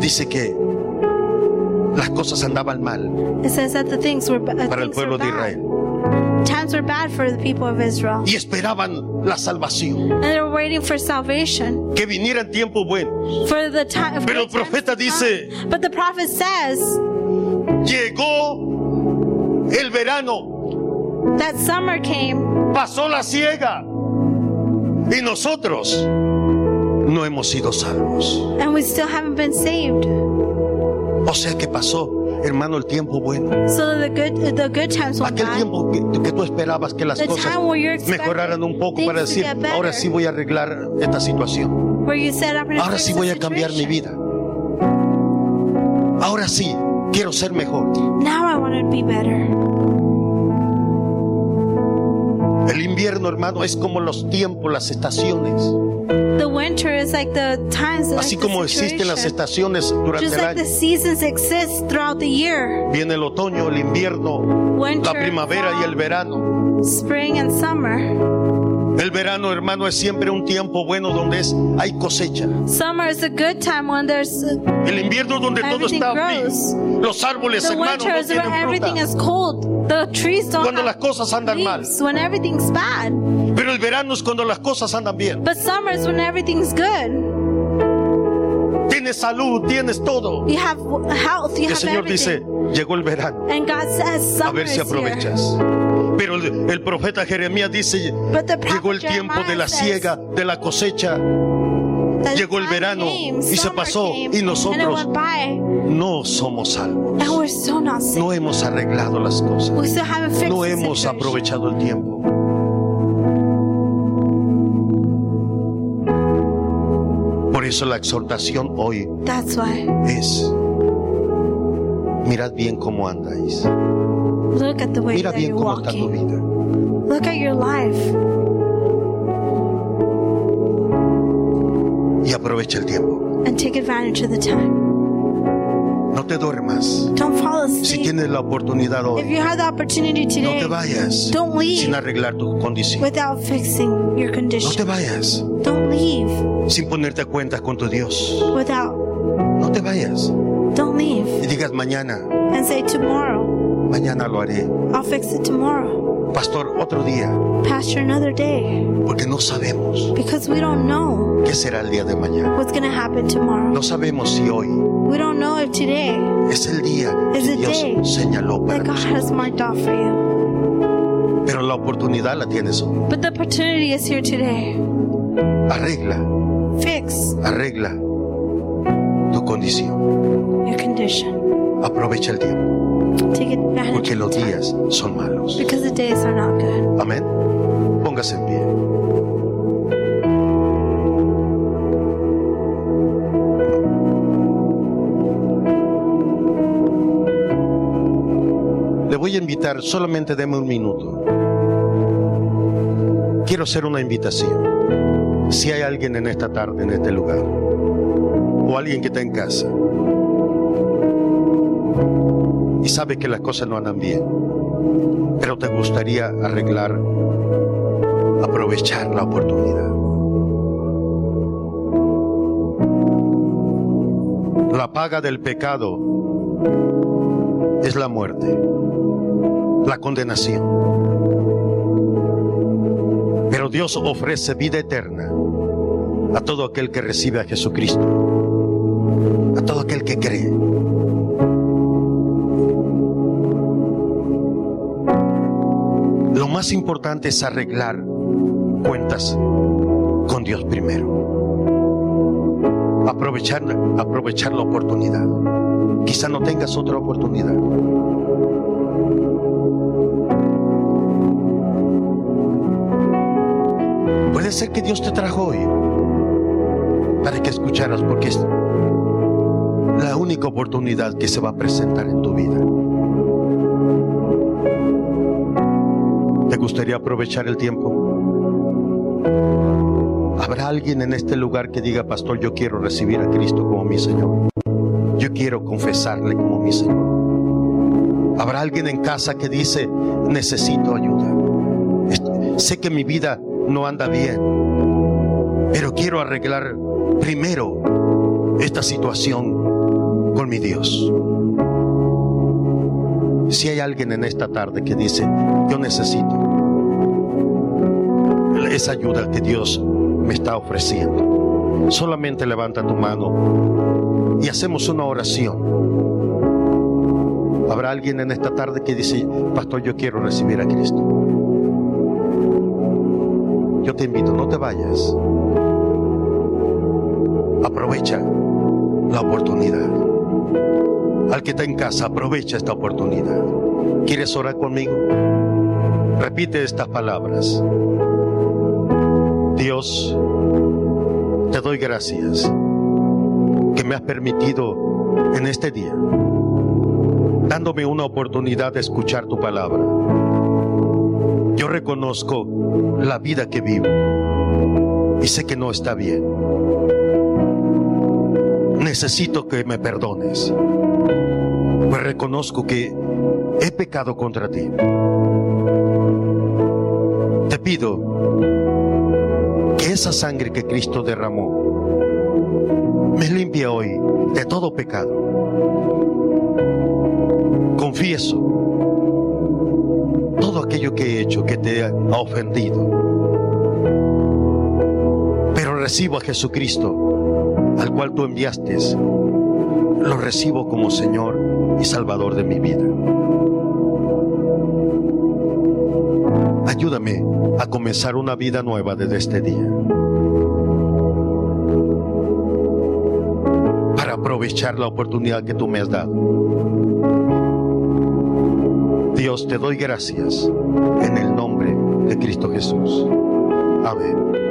Dice que las cosas andaban mal
It says that the things were, ba- uh,
para el
things were
pueblo de
bad.
Israel
Times were bad for the people of Israel.
y esperaban la salvación,
And they were waiting for salvation.
que viniera el tiempo bueno.
For the time.
Pero el profeta dice-
But the prophet says
Llegó el verano,
that summer came
pasó la ciega y nosotros no hemos sido salvos.
and we still haven't been saved.
O sea que pasó, hermano, el tiempo bueno.
So the good the good times went
Aquel
by.
tiempo que, que tú esperabas que las
The
cosas
time where you're expecting
mejoraran un poco
things
para
to
decir,
get better.
ahora sí voy a arreglar esta situación.
Where you said, I'm going to
Ahora sí voy a cambiar mi vida. Ahora sí, Quiero ser mejor.
Now I want to be better.
El invierno, hermano, es como los tiempos, las estaciones.
The winter is like the times like
Así
the
como existen las
situation.
estaciones durante
Just
el
like the
año.
seasons exist throughout the year.
Viene el otoño, el invierno,
Winter,
la primavera y el verano.
fall, spring and summer.
El verano, hermano, es siempre un tiempo bueno donde es, hay cosecha.
Summer is a good time when there's the
El invierno donde todo
Everything
está frío.
grows.
Los árboles, hermano,
winter
no
is where
tienen
everything
fruta.
is cold. The trees don't
Cuando las
have
cosas andan mal.
leaves, when everything's bad.
Pero el verano es cuando las cosas andan bien.
But summer is when everything's good.
Tienes salud, tienes todo.
You have w- health, you
El
have
Señor dice,
everything.
llegó el verano.
and God says
A
summer
ver si
is here.
aprovechas. Pero el, el profeta Jeremías dice,
But the prophet
llegó el tiempo de la
Jeremiah says,
siega, de la cosecha.
That
Llegó el
time
verano
came,
y se
summer
pasó,
came,
y
and it
nosotros-
went by.
No somos salvos.
And we're still not saved.
No hemos arreglado las cosas.
we still haven't fixed
No
the
hemos
situation.
aprovechado el tiempo. Por eso la exhortación hoy
That's why.
es, mirad bien cómo andáis.
Look at the way
Mira
that
bien
you're
cómo está tu
Pues walking.
vida.
Look at your life
Y aprovecha el tiempo.
and take advantage of the time.
No te duermas.
Don't fall
Si
asleep.
tienes la oportunidad
If
hoy,
you had the opportunity
no
today,
te vayas
Don't leave.
sin arreglar tu condición.
without fixing your
No te
condition,
vayas
don't leave
sin ponerte a cuentas con tu Dios.
without.
No te vayas
Don't leave
y digas mañana,
and say tomorrow.
mañana lo haré.
I'll fix it tomorrow.
Pastor, otro día,
Pastor, another day
porque no sabemos
because we don't know
qué será el día de mañana.
what's gonna happen tomorrow.
No sabemos si hoy
We don't know if today
es el día
It's
que
a day
Dios señaló para
that God
nosotros.
has marked off for you,
Pero la oportunidad la tienes hoy.
but the opportunity is here today.
Arregla,
Fix
arregla tu condición.
your condition.
Aprovecha el tiempo.
Take advantage
porque
of the
los
time.
días son malos.
because the days are not good.
Amén. Póngase en pie. Le voy a invitar, solamente deme un minuto. Quiero hacer una invitación. Si hay alguien en esta tarde, en este lugar, o alguien que está en casa, y sabe que las cosas no andan bien, pero te gustaría arreglar, aprovechar la oportunidad. La paga del pecado es la muerte, la condenación. Pero Dios ofrece vida eterna a todo aquel que recibe a Jesucristo, a todo aquel que cree. Lo más importante es arreglar cuentas con Dios primero. Aprovechar, aprovechar la oportunidad. Quizá no tengas otra oportunidad. Puede ser que Dios te trajo hoy para que escucharas porque es la única oportunidad que se va a presentar en tu vida. ¿Te gustaría aprovechar el tiempo? ¿Habrá alguien en este lugar que diga, pastor, yo quiero recibir a Cristo como mi Señor? Yo quiero confesarle como mi Señor. ¿Habrá alguien en casa que dice, necesito ayuda? Est- Sé que mi vida no anda bien, pero quiero arreglar primero esta situación con mi Dios. Si hay alguien en esta tarde que dice, yo necesito esa ayuda que Dios me está ofreciendo, solamente levanta tu mano y hacemos una oración. Habrá alguien en esta tarde que dice, pastor, yo quiero recibir a Cristo. Yo te invito, no te vayas. Aprovecha la oportunidad. Al que está en casa, aprovecha esta oportunidad. ¿Quieres orar conmigo? Repite estas palabras. Dios, te doy gracias que me has permitido en este día dándome una oportunidad de escuchar tu palabra. Yo reconozco la vida que vivo y sé que no está bien. Necesito que me perdones, pues reconozco que he pecado contra ti. Te pido que esa sangre que Cristo derramó me limpie hoy de todo pecado. Confieso todo aquello que he hecho que te ha ofendido. Pero recibo a Jesucristo, al cual tú enviaste, lo recibo como Señor y Salvador de mi vida. Ayúdame a comenzar una vida nueva desde este día. Para aprovechar la oportunidad que tú me has dado. Dios, te doy gracias en el nombre de Cristo Jesús. Amén.